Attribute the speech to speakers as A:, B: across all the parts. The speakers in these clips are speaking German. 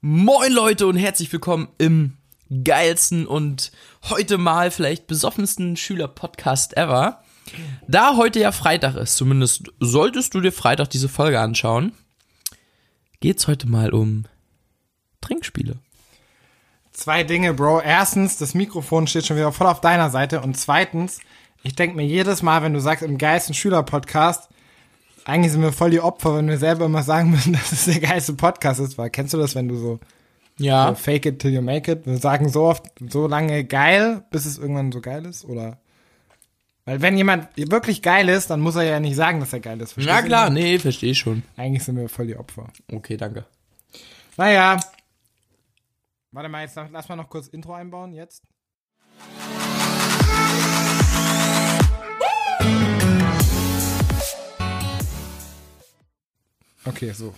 A: Moin Leute und herzlich willkommen im geilsten und heute mal vielleicht besoffensten Schüler-Podcast ever. Da heute ja Freitag ist, zumindest solltest du dir Freitag diese Folge anschauen, geht's heute mal um Trinkspiele.
B: Zwei Dinge, Bro. Erstens, das Mikrofon steht schon wieder voll auf deiner Seite. Und zweitens, ich denke mir jedes Mal, wenn du sagst, im geilsten Schüler-Podcast, eigentlich sind wir voll die Opfer, wenn wir selber immer sagen müssen, dass es der geilste Podcast ist. Weil kennst du das, wenn du so
A: Ja.
B: so fake it till you make it? Wir sagen so oft, so lange geil, bis es irgendwann so geil ist? Oder? Weil wenn jemand wirklich geil ist, dann muss er ja nicht sagen, dass er geil ist.
A: Na
B: Verstehst du?
A: klar, nee, verstehe ich schon.
B: Eigentlich sind wir voll die Opfer.
A: Okay, danke.
B: Naja. Warte mal, jetzt lass mal noch kurz Intro einbauen, jetzt. Okay, so.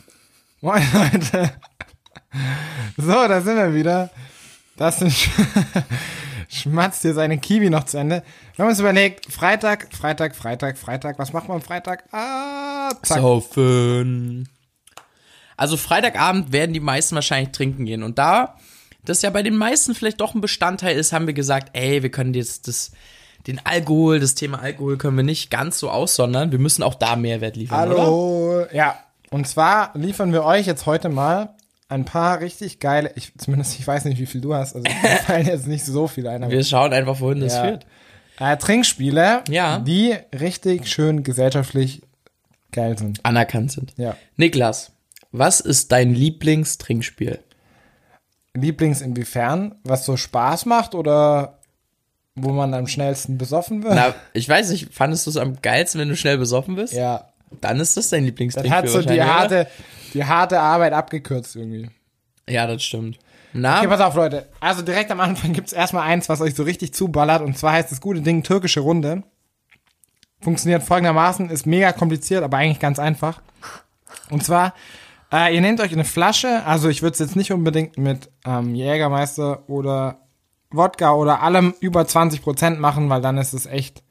B: Moin, Leute. So, da sind wir wieder. Das sind Sch schmatzt hier seine Kiwi noch zu Ende. Wir haben uns überlegt, Freitag, Freitag, Freitag, Freitag. Was macht man am Freitag? Ah, zack.
A: Saufen. Also Freitagabend werden die meisten wahrscheinlich trinken gehen. Und da das ja bei den meisten vielleicht doch ein Bestandteil ist, haben wir gesagt, ey, wir können jetzt das, den Alkohol, das Thema Alkohol können wir nicht ganz so aussondern. Wir müssen auch da Mehrwert liefern, oder?
B: Hallo. Ja. Und zwar liefern wir euch jetzt heute mal ein paar richtig geile, ich, zumindest ich weiß nicht, wie viel du hast, also mir fallen jetzt nicht so viele ein. aber-
A: Wir schauen einfach, wohin das
B: Ja.
A: führt.
B: Äh, Trinkspiele,
A: Ja.
B: die richtig schön gesellschaftlich geil sind.
A: Anerkannt sind.
B: Ja.
A: Niklas, was ist dein Lieblingstrinkspiel?
B: Lieblings inwiefern, was so Spaß macht oder wo man am schnellsten besoffen wird?
A: Na, ich weiß nicht, fandest du es am geilsten, wenn du schnell besoffen bist?
B: ja.
A: Dann ist das dein
B: Dann
A: Lieblingstrinkspiel.
B: hat so die
A: wahrscheinlich, oder?
B: harte, die harte Arbeit abgekürzt irgendwie.
A: Ja, das stimmt. Na,
B: Okay, pass auf, Leute. Also direkt am Anfang gibt's erstmal eins, was euch so richtig zuballert. Und zwar heißt das gute Ding türkische Runde. Funktioniert folgendermaßen, ist mega kompliziert, aber eigentlich ganz einfach. Und zwar, äh, ihr nehmt euch eine Flasche, also ich würde es jetzt nicht unbedingt mit ähm, Jägermeister oder Wodka oder allem über 20% machen, weil dann ist es echt,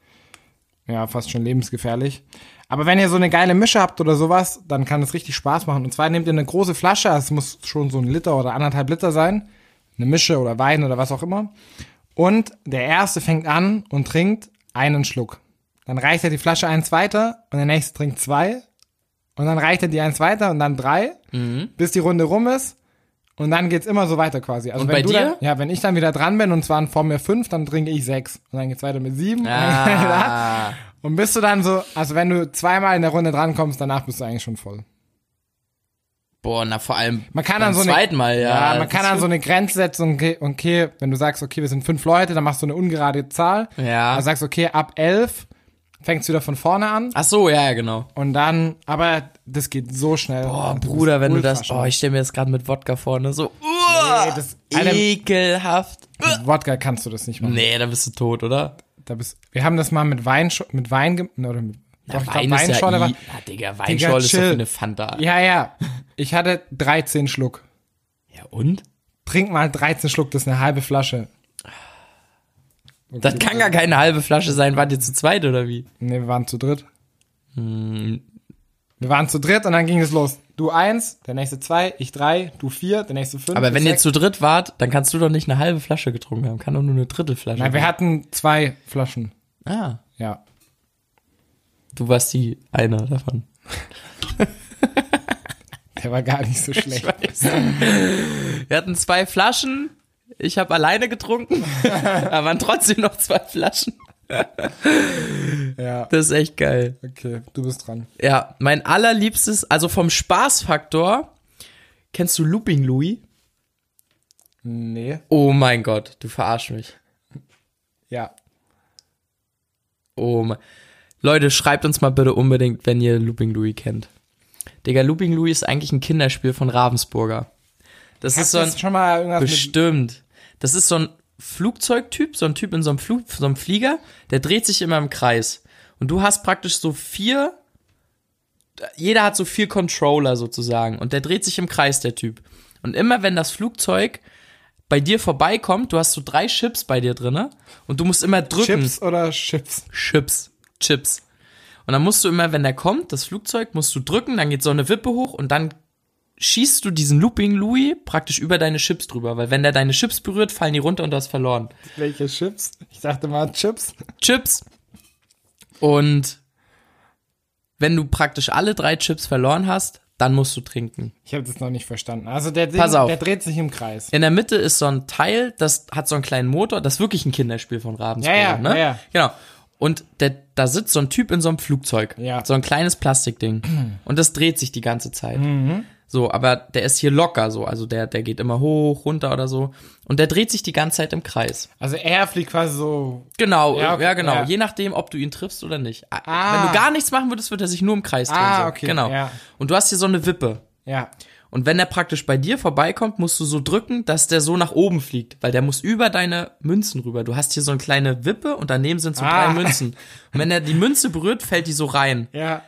B: ja, fast schon lebensgefährlich. Aber wenn ihr so eine geile Mische habt oder sowas, dann kann es richtig Spaß machen. Und zwar nehmt ihr eine große Flasche, es muss schon so ein Liter oder anderthalb Liter sein, eine Mische oder Wein oder was auch immer. Und der Erste fängt an und trinkt einen Schluck. Dann reicht er die Flasche eins weiter und der Nächste trinkt zwei. Und dann reicht er die eins weiter und dann drei,
A: Mhm.
B: bis die Runde rum ist. Und dann geht's immer so weiter quasi. Also
A: Und
B: wenn
A: bei
B: du
A: dir?
B: Dann, ja, wenn ich dann wieder dran bin und zwar waren vor mir fünf, dann trinke ich sechs. Und dann geht's weiter mit sieben.
A: Ah.
B: Und bist du dann so, also wenn du zweimal in der Runde drankommst, danach bist du eigentlich schon voll.
A: Boah, na vor allem
B: Man kann dann
A: beim
B: so eine,
A: zweiten Mal, ja.
B: ja, man kann dann so eine Grenze setzen, okay, okay, wenn du sagst, okay, wir sind fünf Leute, dann machst du eine ungerade Zahl.
A: Ja.
B: Dann sagst du, okay, ab elf fängst du wieder von vorne an
A: Ach so, ja, ja, genau.
B: und dann, aber das geht so schnell.
A: Boah,
B: Das ist
A: Bruder, wenn du das.
B: ultra
A: Oh, ich stelle mir das gerade mit Wodka vorne so. Uah,
B: Nee, das- Alter-
A: ekelhaft.
B: schnell. Mit Wodka kannst du das nicht machen.
A: Nee, da bist du tot, oder?
B: Da bist, wir haben das mal mit Wein, mit Wein, ge- oder mit,
A: Na,
B: doch, ich
A: Wein
B: glaub,
A: ist
B: Weinschorle
A: ja.
B: war-
A: i- Ah, Digga, Weinschorle ist doch
B: chill.
A: für eine Fanta. Ja,
B: ja, ja. Ich hatte 13 Schluck.
A: und?
B: Trink mal 13 Schluck, das ist eine halbe Flasche.
A: Das kann gar keine halbe Flasche sein. Wart ihr zu zweit oder wie?
B: Ne, wir waren zu dritt.
A: Hm.
B: Wir waren zu dritt und dann ging es los. Du eins, der nächste zwei, ich drei, du vier, der nächste fünf.
A: Aber wenn
B: ich
A: ihr
B: sechs.
A: zu dritt wart, dann kannst du doch nicht eine halbe Flasche getrunken haben. Kann doch nur eine Drittelflasche.
B: Nein, wir hatten zwei Flaschen.
A: ah,
B: Ja.
A: du warst die eine davon.
B: Der war gar nicht so schlecht.
A: Wir hatten zwei Flaschen. Ich habe alleine getrunken. da waren trotzdem noch zwei Flaschen.
B: Ja.
A: Das ist echt geil.
B: Okay, du bist dran.
A: Ja, mein allerliebstes, also vom Spaßfaktor, kennst du Looping Louis?
B: Nee.
A: Oh mein Gott, du verarsch mich.
B: Ja.
A: Oh mein. Leute, schreibt uns mal bitte unbedingt, wenn ihr Looping Louis kennt. Digga, Looping Louis ist eigentlich ein Kinderspiel von Ravensburger. Das ist
B: Hast
A: so
B: du
A: ein
B: jetzt schon mal irgendwas mit
A: Bestimmt. Das ist so ein Flugzeugtyp, so ein Typ in so einem, Flug, so einem Flieger, der dreht sich immer im Kreis. Und du hast praktisch so vier, jeder hat so vier Controller sozusagen. Und der dreht sich im Kreis, der Typ. Und immer wenn das Flugzeug bei dir vorbeikommt, du hast so drei Chips bei dir drinne und du musst immer drücken.
B: Chips oder Chips?
A: Chips. Chips. Und dann musst du immer, wenn der kommt, das Flugzeug, musst du drücken, dann geht so eine Wippe hoch und dann schießt du diesen Looping Louis praktisch über deine Chips drüber, weil wenn der deine Chips berührt, fallen die runter und du hast verloren.
B: Welche Chips? Ich dachte mal Chips.
A: Chips. Und wenn du praktisch alle drei Chips verloren hast, dann musst du trinken.
B: Ich habe das noch nicht verstanden. Also der, Ding,
A: Pass auf.
B: der dreht sich im Kreis.
A: In der Mitte ist so ein Teil, das hat so einen kleinen Motor, das ist wirklich ein Kinderspiel von Ravensburger,
B: Ja, ja,
A: ne?
B: ja, ja.
A: Genau. Und der, da sitzt so ein Typ in so einem Flugzeug.
B: Ja.
A: So ein kleines Plastikding. Und das dreht sich die ganze Zeit.
B: Mhm.
A: So, aber der ist hier locker so. Also der, der geht immer hoch, runter oder so. Und der dreht sich die ganze Zeit im Kreis.
B: Also er fliegt quasi so.
A: Genau,
B: Ja,
A: ja,
B: okay,
A: genau.
B: ja.
A: Je nachdem, ob du ihn triffst oder nicht.
B: Ah.
A: Wenn du gar nichts machen würdest, wird er sich nur im Kreis drehen.
B: Ah,
A: so.
B: okay,
A: Genau.
B: ja.
A: Und du hast hier so eine Wippe.
B: Ja.
A: Und wenn er praktisch bei dir vorbeikommt, musst du so drücken, dass der so nach oben fliegt, weil der muss über deine Münzen rüber. Du hast hier so eine kleine Wippe und daneben sind so
B: Ah.
A: drei Münzen. Und wenn er die Münze berührt, fällt die so rein.
B: Ja.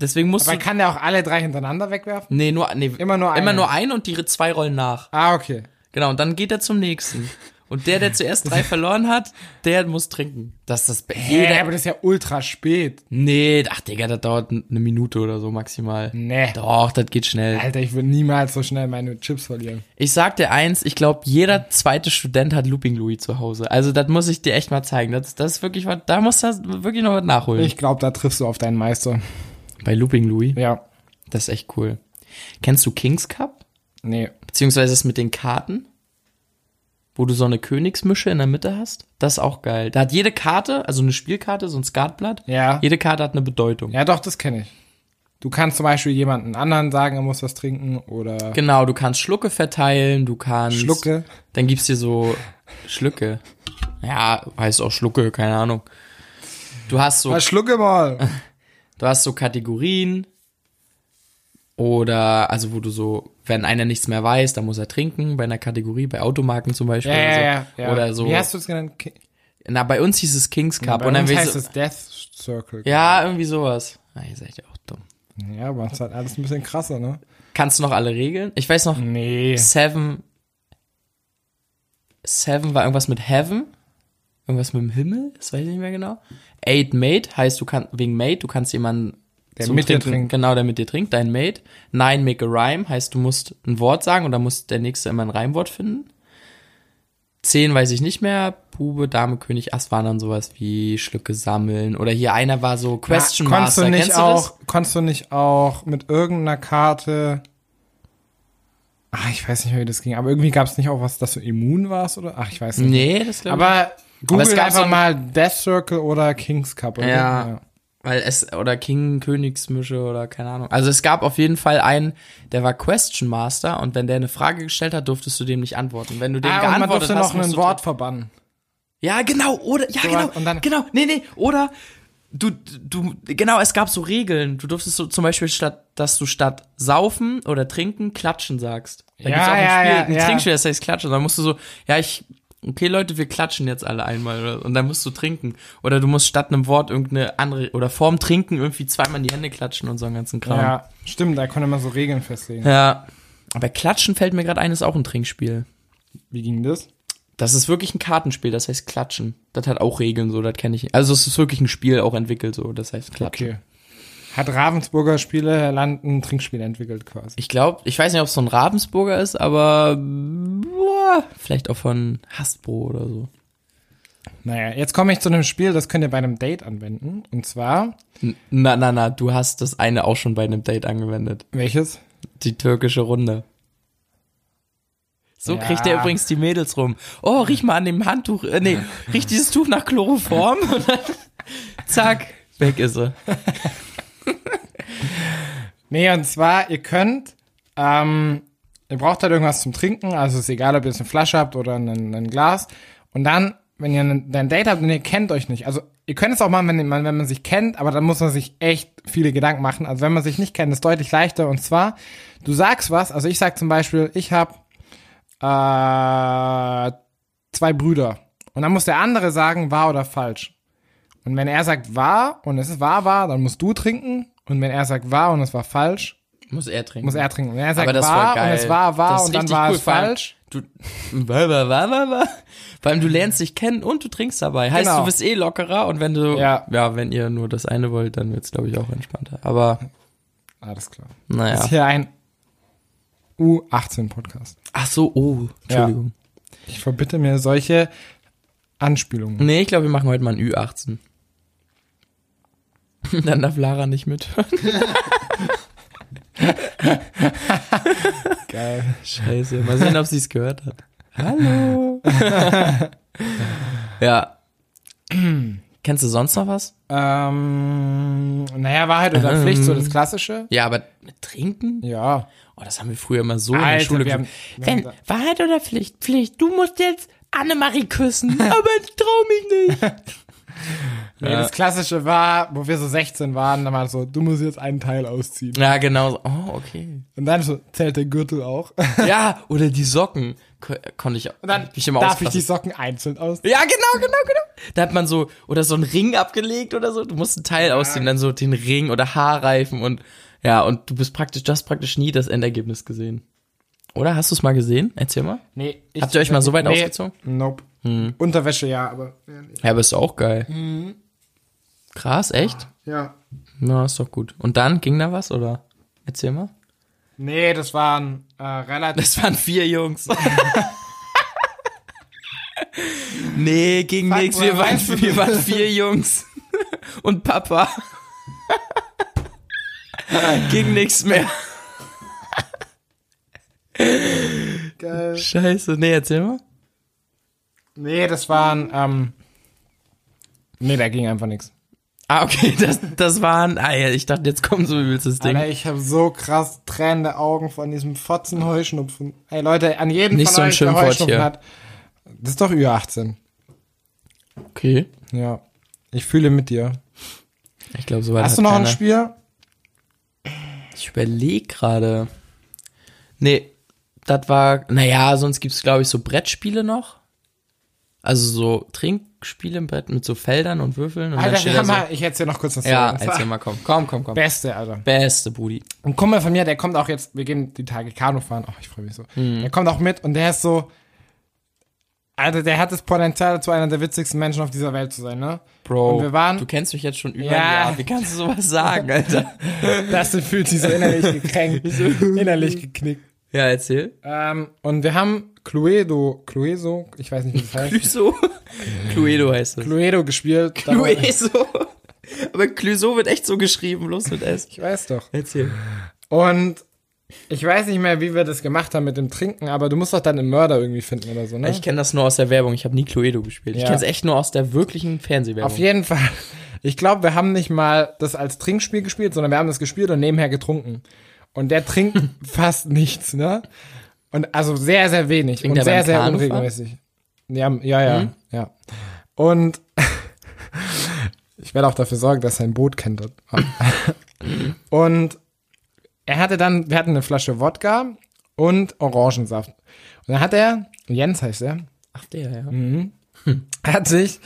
A: Deswegen musst
B: Aber
A: du.
B: kann der auch alle drei hintereinander wegwerfen?
A: Nee, nur, nee,
B: Immer nur
A: Immer
B: eine.
A: nur ein und die zwei rollen nach.
B: Ah, okay.
A: Genau, und dann geht er zum nächsten. Und der, der zuerst drei verloren hat, der muss trinken. Das ist das
B: Jeder,
A: jeder.
B: aber das ist ja ultra spät.
A: Nee, ach Digga, das dauert n- eine Minute oder so maximal.
B: Nee.
A: Doch, das geht schnell.
B: Hm. Alter, ich würde niemals so schnell meine Chips verlieren.
A: Ich sag dir eins, ich glaube, jeder zweite Student hat Looping Louis zu Hause. Also das muss ich dir echt mal zeigen. Das, das ist wirklich was, da musst du wirklich noch was nachholen.
B: Ich glaube, da triffst du auf deinen Meister.
A: Bei Looping Louis,
B: Ja.
A: das ist echt cool. Kennst du Kings Cup?
B: Nee.
A: Beziehungsweise das mit den Karten? Wo du so eine Königsmische in der Mitte hast? Das ist auch geil. Da hat jede Karte, also eine Spielkarte, so ein Skatblatt.
B: Ja.
A: Jede Karte hat eine Bedeutung.
B: Ja, doch, das kenne ich. Du kannst zum Beispiel jemanden anderen sagen, er muss was trinken oder
A: Genau, du kannst Schlucke verteilen, du kannst.
B: Schlucke.
A: Dann gibt's dir so Schlucke. Ja, heißt auch Schlucke, keine Ahnung. Du hast so, Also
B: Was schlucke mal.
A: du hast so Kategorien oder also wo du so, wenn einer nichts mehr weiß, dann muss er trinken. Bei einer Kategorie, bei Automarken zum Beispiel.
B: Ja,
A: oder
B: ja,
A: so.
B: ja, ja.
A: Oder so.
B: Wie hast du es genannt? Ki-
A: Na, bei uns hieß es Kings Cup
B: Bei
A: und dann
B: uns
A: wir
B: heißt
A: so,
B: es Death Circle.
A: ja irgendwie sowas. Na, ihr seid ja auch dumm.
B: Ja, aber es ist halt alles ein bisschen krasser, ne?
A: Kannst du noch alle Regeln? Ich weiß noch,
B: Nee.
A: Seven. Seven war irgendwas mit Heaven. Irgendwas mit dem Himmel, das weiß ich nicht mehr genau. Eight Mate heißt, du kannst, wegen Mate, du kannst jemanden.
B: Der mit dir trinkt.
A: Genau, der mit dir trinkt, dein Mate. Nine Make a Rhyme heißt, du musst ein Wort sagen und dann muss der Nächste immer ein Reimwort finden. Zehn weiß ich nicht mehr. Bube, Dame, König, Ass waren dann sowas wie Schlücke sammeln. Oder hier einer war so Question
B: Na,
A: Master.
B: Konntest du nicht
A: Kennst du das?
B: auch, konntest du nicht auch mit irgendeiner Karte. Ach, ich weiß nicht mehr, wie das ging, aber irgendwie gab es nicht auch was, dass du immun warst oder? Ach, ich weiß nicht.
A: Nee, das glaube ich
B: Aber google
A: Mhm. es gab
B: einfach
A: so ein-
B: mal Death Circle oder Kings Cup. Oder? ne? Ah,
A: Ja. Weil es, oder King, Königsmische oder keine Ahnung. Also es gab auf jeden Fall einen, der war Question Master und wenn der eine Frage gestellt hat, durftest du dem nicht antworten. Wenn du dem
B: Ah, und man
A: geantwortet
B: durfte
A: hast,
B: noch
A: musst
B: ein
A: du-
B: Wort verbannen.
A: Ja, genau, oder, ja,
B: was,
A: genau,
B: und dann-
A: genau, nee, nee, oder du, du, genau, es gab so Regeln. Du durftest so zum Beispiel statt, dass du statt saufen oder trinken, klatschen sagst. Da
B: Ja,
A: gibt's auch ein
B: ja,
A: Spiel,
B: ja,
A: ein
B: ja.
A: Trinkspiel, das heißt klatschen. Da musst du so, ja, ich, okay, Leute, wir klatschen jetzt alle einmal oder, und dann musst du trinken. Oder du musst statt einem Wort irgendeine andere, oder vorm Trinken irgendwie zweimal in die Hände klatschen und so einen ganzen Kram. Ja.
B: Ja, stimmt, da konnte man so Regeln festlegen.
A: ja. Aber klatschen fällt mir gerade ein, ist auch ein Trinkspiel.
B: Wie ging das?
A: Das ist wirklich ein Kartenspiel, das heißt Klatschen. Das hat auch Regeln, so, das kenne ich. Also es ist wirklich ein Spiel auch entwickelt, so, das heißt Klatschen.
B: Okay. Hat Ravensburger Spiele Land ein Trinkspiel entwickelt quasi.
A: Ich glaube, ich weiß nicht, ob es so ein Ravensburger ist, aber boah, vielleicht auch von Hasbro oder so.
B: Naja, jetzt komme ich zu einem Spiel, das könnt ihr bei einem Date anwenden. Und zwar,
A: N- Na, na, na, du hast das eine auch schon bei einem Date angewendet.
B: welches?
A: Die türkische Runde. So
B: Ja.
A: kriegt er übrigens die Mädels rum. Oh, riech mal an dem Handtuch. Äh, nee, riech dieses Tuch nach Chloroform. Und dann, zack, weg ist er.
B: Nee, und zwar, ihr könnt, ähm, ihr braucht halt irgendwas zum Trinken, also ist egal, ob ihr jetzt eine Flasche habt oder ein, ein Glas. Und dann, wenn ihr ein, ein Date habt und ihr kennt euch nicht, also ihr könnt es auch machen, wenn man, wenn man sich kennt, aber dann muss man sich echt viele Gedanken machen. Also wenn man sich nicht kennt, ist deutlich leichter. Und zwar, du sagst was, also ich sag zum Beispiel, ich hab äh, zwei Brüder. Und dann muss der andere sagen, wahr oder falsch. Und wenn er sagt wahr und es ist wahr, wahr, dann musst du trinken. Und wenn er sagt wahr und es war falsch,
A: Muss er trinken.
B: muss er trinken. Wenn er sagt
A: aber das
B: wahr
A: war geil.
B: und es war wahr
A: Das ist
B: und dann
A: richtig
B: war
A: cool,
B: es
A: vor allem-
B: falsch.
A: Du, wa, wa, wa, wa, wa. Vor allem, du lernst dich kennen und du trinkst dabei. Heißt,
B: Genau.
A: du bist eh lockerer und wenn du,
B: Ja.
A: wenn ihr nur das eine wollt, dann wird's, glaube ich, auch entspannter. Aber,
B: Alles klar.
A: naja.
B: Ist hier ein U18-Podcast.
A: Ach so, oh, Entschuldigung.
B: Ich verbitte mir solche Anspielungen.
A: Nee, ich glaube, wir machen heute mal ein Ü18. Dann darf Lara nicht mithören.
B: Geil.
A: Scheiße. Mal sehen, ob sie es gehört hat. Hallo. ja. Kennst du sonst noch was?
B: Ähm, naja, Wahrheit oder
A: Ähm.
B: Pflicht, so das Klassische.
A: Ja, aber mit Trinken?
B: Ja.
A: Oh, das haben wir früher immer so in der
B: Alter,
A: Schule
B: wir
A: gemacht.
B: haben- wir haben
A: Wenn, Wahrheit oder Pflicht? Pflicht. Du musst jetzt Annemarie küssen. aber ich trau mich nicht.
B: Nee, das Klassische war, wo wir so 16 waren, dann war es so, du musst jetzt einen Teil ausziehen.
A: Ja, genau. so. Oh, okay.
B: Und dann so, zählt der Gürtel auch.
A: Ja, oder die Socken. Ko- Konnte ich
B: Und dann
A: hab ich immer
B: darf ich die
A: ausgerastet.
B: Socken einzeln ausziehen.
A: Ja, genau, genau, genau. Da hat man so, oder so einen Ring abgelegt oder so. Du musst einen Teil ausziehen, dann so den Ring oder Haarreifen und, ja, und du bist praktisch, du hast praktisch nie das Endergebnis gesehen. Oder hast du es mal gesehen? Erzähl mal.
B: Nee, ich,
A: Habt ihr euch mal so weit ausgezogen? Hm.
B: Nope. Unterwäsche ja, aber ja, nee.
A: Ja, aber ist auch geil. Krass, echt?
B: ja.
A: Na, ist doch gut. Und dann ging da was, oder? Erzähl mal.
B: Nee, das waren äh, relativ.
A: Das waren vier Jungs. nee, ging
B: Fuck,
A: nichts.
B: woher
A: Wir waren,
B: weißt du
A: wir
B: das?
A: waren vier Jungs. Und Papa. ging nichts mehr.
B: Geil.
A: Scheiße. Nee, erzähl mal.
B: Nee, das waren. Ähm, nee, da ging einfach nichts.
A: Ah, okay, das, das waren. Ah, ja, ich dachte, jetzt kommt so ein übelstes Ding.
B: Alter, ich habe so krass tränende Augen von diesem fotzen Heuschnupfen. Ey Leute, an jedem
A: Nicht
B: von
A: so ein
B: euch, der
A: Schimpfwort
B: Heuschnupfen
A: hier.
B: hat. Das ist doch Ü18.
A: Okay.
B: Ja. Ich fühle mit dir.
A: Ich glaube, so weit
B: Hast
A: hat
B: du noch
A: keiner.
B: ein Spiel?
A: Ich überlege gerade. Nee, das war. Naja, sonst gibt's glaub glaube ich, so Brettspiele noch. Also so Trinkspiele im Brett mit so Feldern und Würfeln. Und dann
B: Alter,
A: steht
B: wir
A: da
B: haben
A: so,
B: mal, ich erzähl noch kurz was
A: also ja,
B: das war
A: erzähl mal, komm. Komm, komm, komm.
B: Beste, Alter.
A: Beste Budi.
B: Ein Kumpel von mir, der kommt auch jetzt, wir gehen die Tage Kanu fahren. Oh, ich freue mich so. Der kommt auch mit und der ist so. Alter, der hat das Potenzial, zu einer der witzigsten Menschen auf dieser Welt zu sein, ne?
A: Bro,
B: Und wir waren-
A: du kennst mich jetzt schon über
B: Ja.
A: ein Jahr. Wie kannst du sowas sagen, Alter?
B: Das fühlt sich so innerlich gekränkt, innerlich geknickt.
A: Ja, erzähl.
B: Ähm, und wir haben Cluedo, Clueso, ich weiß nicht, wie das heißt.
A: Clueso. Cluedo heißt es.
B: Cluedo gespielt. Dabei-
A: Clueso. Aber Clueso wird echt so geschrieben, bloß mit S.
B: Ich weiß doch.
A: Erzähl.
B: Und ich weiß nicht mehr, wie wir das gemacht haben mit dem Trinken, aber du musst doch dann einen Mörder irgendwie finden oder so, ne?
A: Ich kenne das nur aus der Werbung. Ich habe nie Cluedo gespielt. Ich
B: Ja.
A: kenne es echt nur aus der wirklichen Fernsehwerbung.
B: Auf jeden Fall. Ich glaube, wir haben nicht mal das als Trinkspiel gespielt, sondern wir haben das gespielt und nebenher getrunken. Und der trinkt fast nichts, ne? Und also sehr, sehr wenig
A: Trinkt
B: und
A: er
B: sehr,
A: beim Mhm.
B: sehr
A: Kanufahren?
B: unregelmäßig. Ja, ja, ja, ja. Und ich werde auch dafür sorgen, dass sein Boot kentert. und er hatte dann, wir hatten eine Flasche Wodka und Orangensaft. Und dann hat er, Jens heißt er,
A: Ach, der, ja.
B: Mhm. hat sich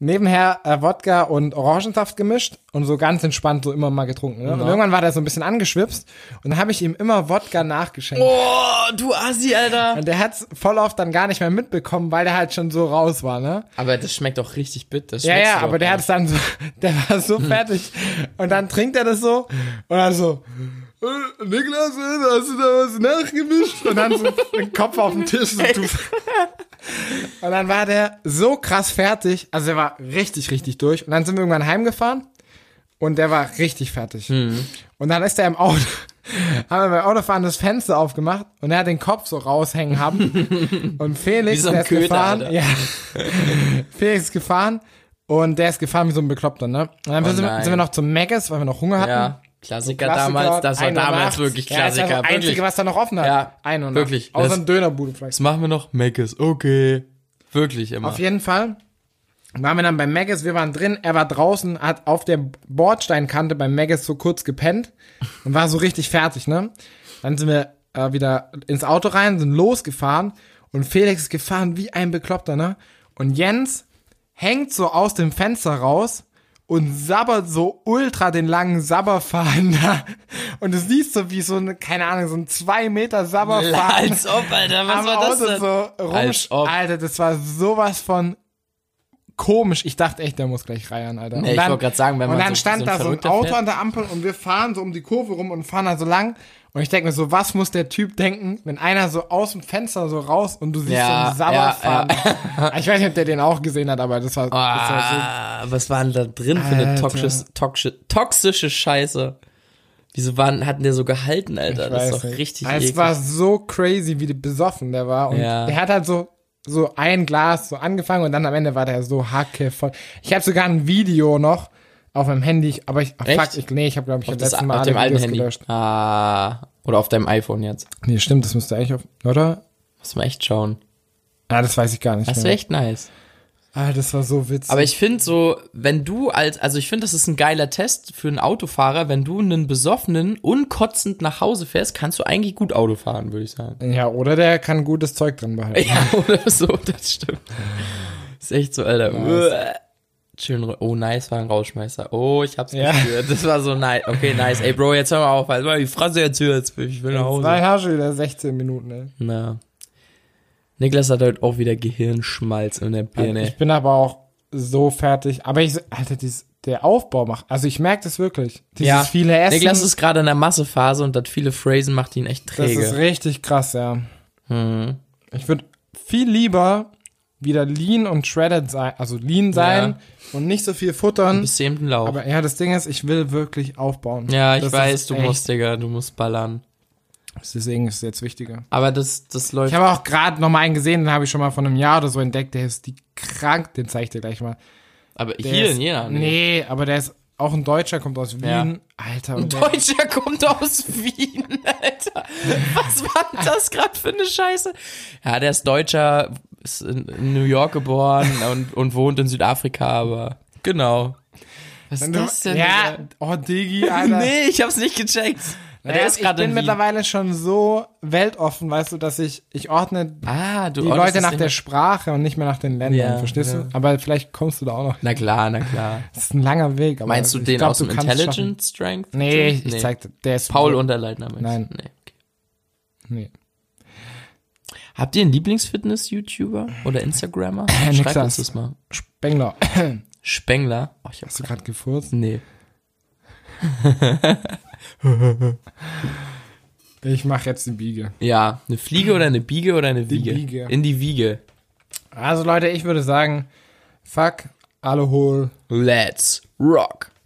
B: nebenher äh, Wodka und Orangensaft gemischt und so ganz entspannt so immer mal getrunken. Ne? Und irgendwann war der so ein bisschen angeschwipst und dann habe ich ihm immer Wodka nachgeschenkt.
A: Oh, du Assi, Alter.
B: Und der hat's voll oft dann gar nicht mehr mitbekommen, weil der halt schon so raus war, ne?
A: Aber das schmeckt auch richtig bitter. Das
B: Ja,
A: schmeckst
B: ja,
A: du doch
B: aber der
A: gar
B: hat's dann so, der war so fertig. Und dann trinkt er das so und dann so, äh, Niklas, äh, hast du da was nachgemischt? Und dann so den Kopf auf den Tisch. So, du. Und dann war der so krass fertig, also er war richtig, richtig durch. Und dann sind wir irgendwann heimgefahren und der war richtig fertig.
A: Hm.
B: Und dann ist er im Auto, haben wir beim Autofahren das Fenster aufgemacht und er hat den Kopf so raushängen haben. Und Felix,
A: Wie so ein
B: der ist
A: Köder,
B: gefahren,
A: Alter.
B: ja, Felix ist gefahren und der ist gefahren wie so ein Bekloppter, ne? Und dann
A: Oh
B: sind, wir,
A: nein.
B: sind wir noch zum Megas, weil wir noch Hunger hatten.
A: Ja, Klassiker, damals. Das war
B: 1 Uhr
A: damals
B: nachts.
A: wirklich
B: Ja,
A: Klassiker.
B: das war das
A: wirklich.
B: Einzige, was da noch offen hat.
A: Ja,
B: Ein und
A: wirklich.
B: Außer
A: Das-
B: ein Dönerbude vielleicht.
A: was machen wir noch? Meckes, okay. Wirklich immer.
B: Auf jeden Fall waren wir dann bei Megas, wir waren drin, er war draußen, hat auf der Bordsteinkante bei Megas so kurz gepennt und war so richtig fertig, ne? Dann sind wir äh, wieder ins Auto rein, sind losgefahren und Felix ist gefahren wie ein Bekloppter, ne? Und Jens hängt so aus dem Fenster raus und sabbert so ultra den langen Sabberfaden da. Und du siehst so, wie so eine, keine Ahnung, so ein zwei Meter
A: La,
B: Sabberfaden
A: Als ob, Alter, was
B: am
A: war das
B: Auto
A: denn?
B: so rum.
A: Als ob.
B: Alter, das war sowas von komisch. Ich dachte echt, der muss gleich reiern, Alter. Und
A: Nee, ich wollte grad sagen, wenn
B: Und
A: man
B: dann
A: so- so
B: stand
A: ein
B: da so ein
A: verrückter
B: Auto
A: fährt.
B: an der Ampel und wir fahren so um die Kurve rum und fahren da so lang. Und ich denke mir so, was muss der Typ denken, wenn einer so aus dem Fenster so raus und du siehst
A: Ja,
B: so einen Sabber
A: ja,
B: fahren. Ich weiß nicht, ob der den auch gesehen hat, aber das war, das war so
A: Ah, was war denn da drin für eine
B: Alter.
A: toxische, toxische, toxische Scheiße? Wieso waren, hatten der so gehalten, Alter? das ist
B: Weiß
A: doch
B: nicht.
A: richtig
B: Es
A: eklig.
B: war so crazy, wie besoffen der war. Und
A: Ja.
B: der hat halt so, so ein Glas so angefangen und dann am Ende war der so hackevoll. Ich habe sogar ein Video noch auf meinem Handy, ich- aber ich, ach,
A: Echt?
B: fuck, ich, nee, ich habe glaube ich das
A: das,
B: letzte Mal
A: auf
B: alle
A: dem alten
B: Videos
A: Handy.
B: gelöscht.
A: Ah, oder auf deinem iPhone jetzt.
B: Nee, stimmt, das müsste eigentlich auf, oder?
A: Muss man echt schauen.
B: Ah, das weiß ich gar nicht
A: Das
B: mehr.
A: wäre echt nice.
B: Ah, das war so witzig.
A: Aber ich finde so, wenn du als, also ich finde, das ist ein geiler Test für einen Autofahrer, wenn du einen besoffenen, unkotzend nach Hause fährst, kannst du eigentlich gut Auto fahren, würde ich sagen.
B: ja, oder der kann gutes Zeug drin behalten.
A: Ja, oder so, das stimmt. Ist echt so, Alter. Uah. Schön, ru- oh, nice war ein Rauschmeister. Oh, ich hab's
B: Ja.
A: gespürt. Das war so nice. Okay, nice. Ey, Bro, jetzt hör mal auf. Halt mal die Fresse jetzt hier. Jetzt will ich will nach
B: Zwei
A: Hause.
B: Haare wieder 16 Minuten, ey.
A: Na. Niklas hat heute auch wieder Gehirnschmalz in der Birne.
B: Also Ich bin aber auch so fertig. Aber ich, Alter, dies, der Aufbau macht, also ich merke das wirklich. Dieses
A: Ja.
B: viele Essen.
A: Niklas ist gerade in der Massephase und das viele Phrasen macht ihn echt
B: Das ist
A: träge.
B: richtig krass, ja.
A: Hm.
B: Ich würde viel lieber wieder lean und shredded sein, also lean sein und nicht so viel futtern.
A: Besämten Lauch.
B: Aber ja, das Ding ist, ich will wirklich aufbauen.
A: ja, ich
B: Das
A: weiß,
B: ist
A: du
B: echt-
A: musst, Digga, du musst ballern.
B: Deswegen ist es jetzt wichtiger.
A: Aber das, das
B: Ich
A: läuft.
B: habe auch gerade noch mal einen gesehen, den habe ich schon mal vor einem Jahr oder so entdeckt. Der ist die krank, den zeige ich dir gleich mal.
A: aber
B: Der
A: hier
B: ist,
A: in Jena. ne?
B: Nee, aber der ist auch ein Deutscher, kommt aus Wien.
A: Ja.
B: Alter,
A: Ein
B: und der,
A: Deutscher kommt aus Wien, Alter. Was war denn das gerade für eine Scheiße? Ja, der ist Deutscher, ist in, in New York geboren und, und wohnt in Südafrika, aber genau. Was ist das denn?
B: Ja,
A: Digga?
B: oh Digi, Alter.
A: nee, ich hab's nicht gecheckt.
B: Naja,
A: der ist
B: ich
A: gerade in
B: bin
A: Wien.
B: mittlerweile schon so weltoffen, weißt du, dass ich, ich ordne
A: Ah, du
B: die
A: ordnest
B: Leute
A: das
B: nach
A: Ding-
B: der Sprache und nicht mehr nach den Ländern,
A: Ja,
B: verstehst
A: ja.
B: du? Aber vielleicht kommst du da auch noch.
A: Na klar, na klar.
B: Das ist ein langer Weg. Aber
A: Meinst du
B: ich
A: den
B: glaub,
A: aus dem
B: kannst es schaffen.
A: Intelligent Strength?
B: Nee, ich, ich zeig dir. Der ist
A: Paul Unterleitner meinst du?
B: Nein.
A: Nee. okay.
B: Nee.
A: Habt ihr einen Lieblingsfitness-YouTuber oder Instagrammer? Schreibt
B: Niklas.
A: uns das mal.
B: Spengler.
A: Spengler. Oh, ich hab's
B: Hast du gerade gefurzt?
A: Nee.
B: Ich mache jetzt die Biege.
A: Ja, eine Fliege oder eine Biege oder eine Wiege?
B: Wiege.
A: In die Wiege.
B: Also Leute, ich würde sagen, fuck Alkohol.
A: Let's rock.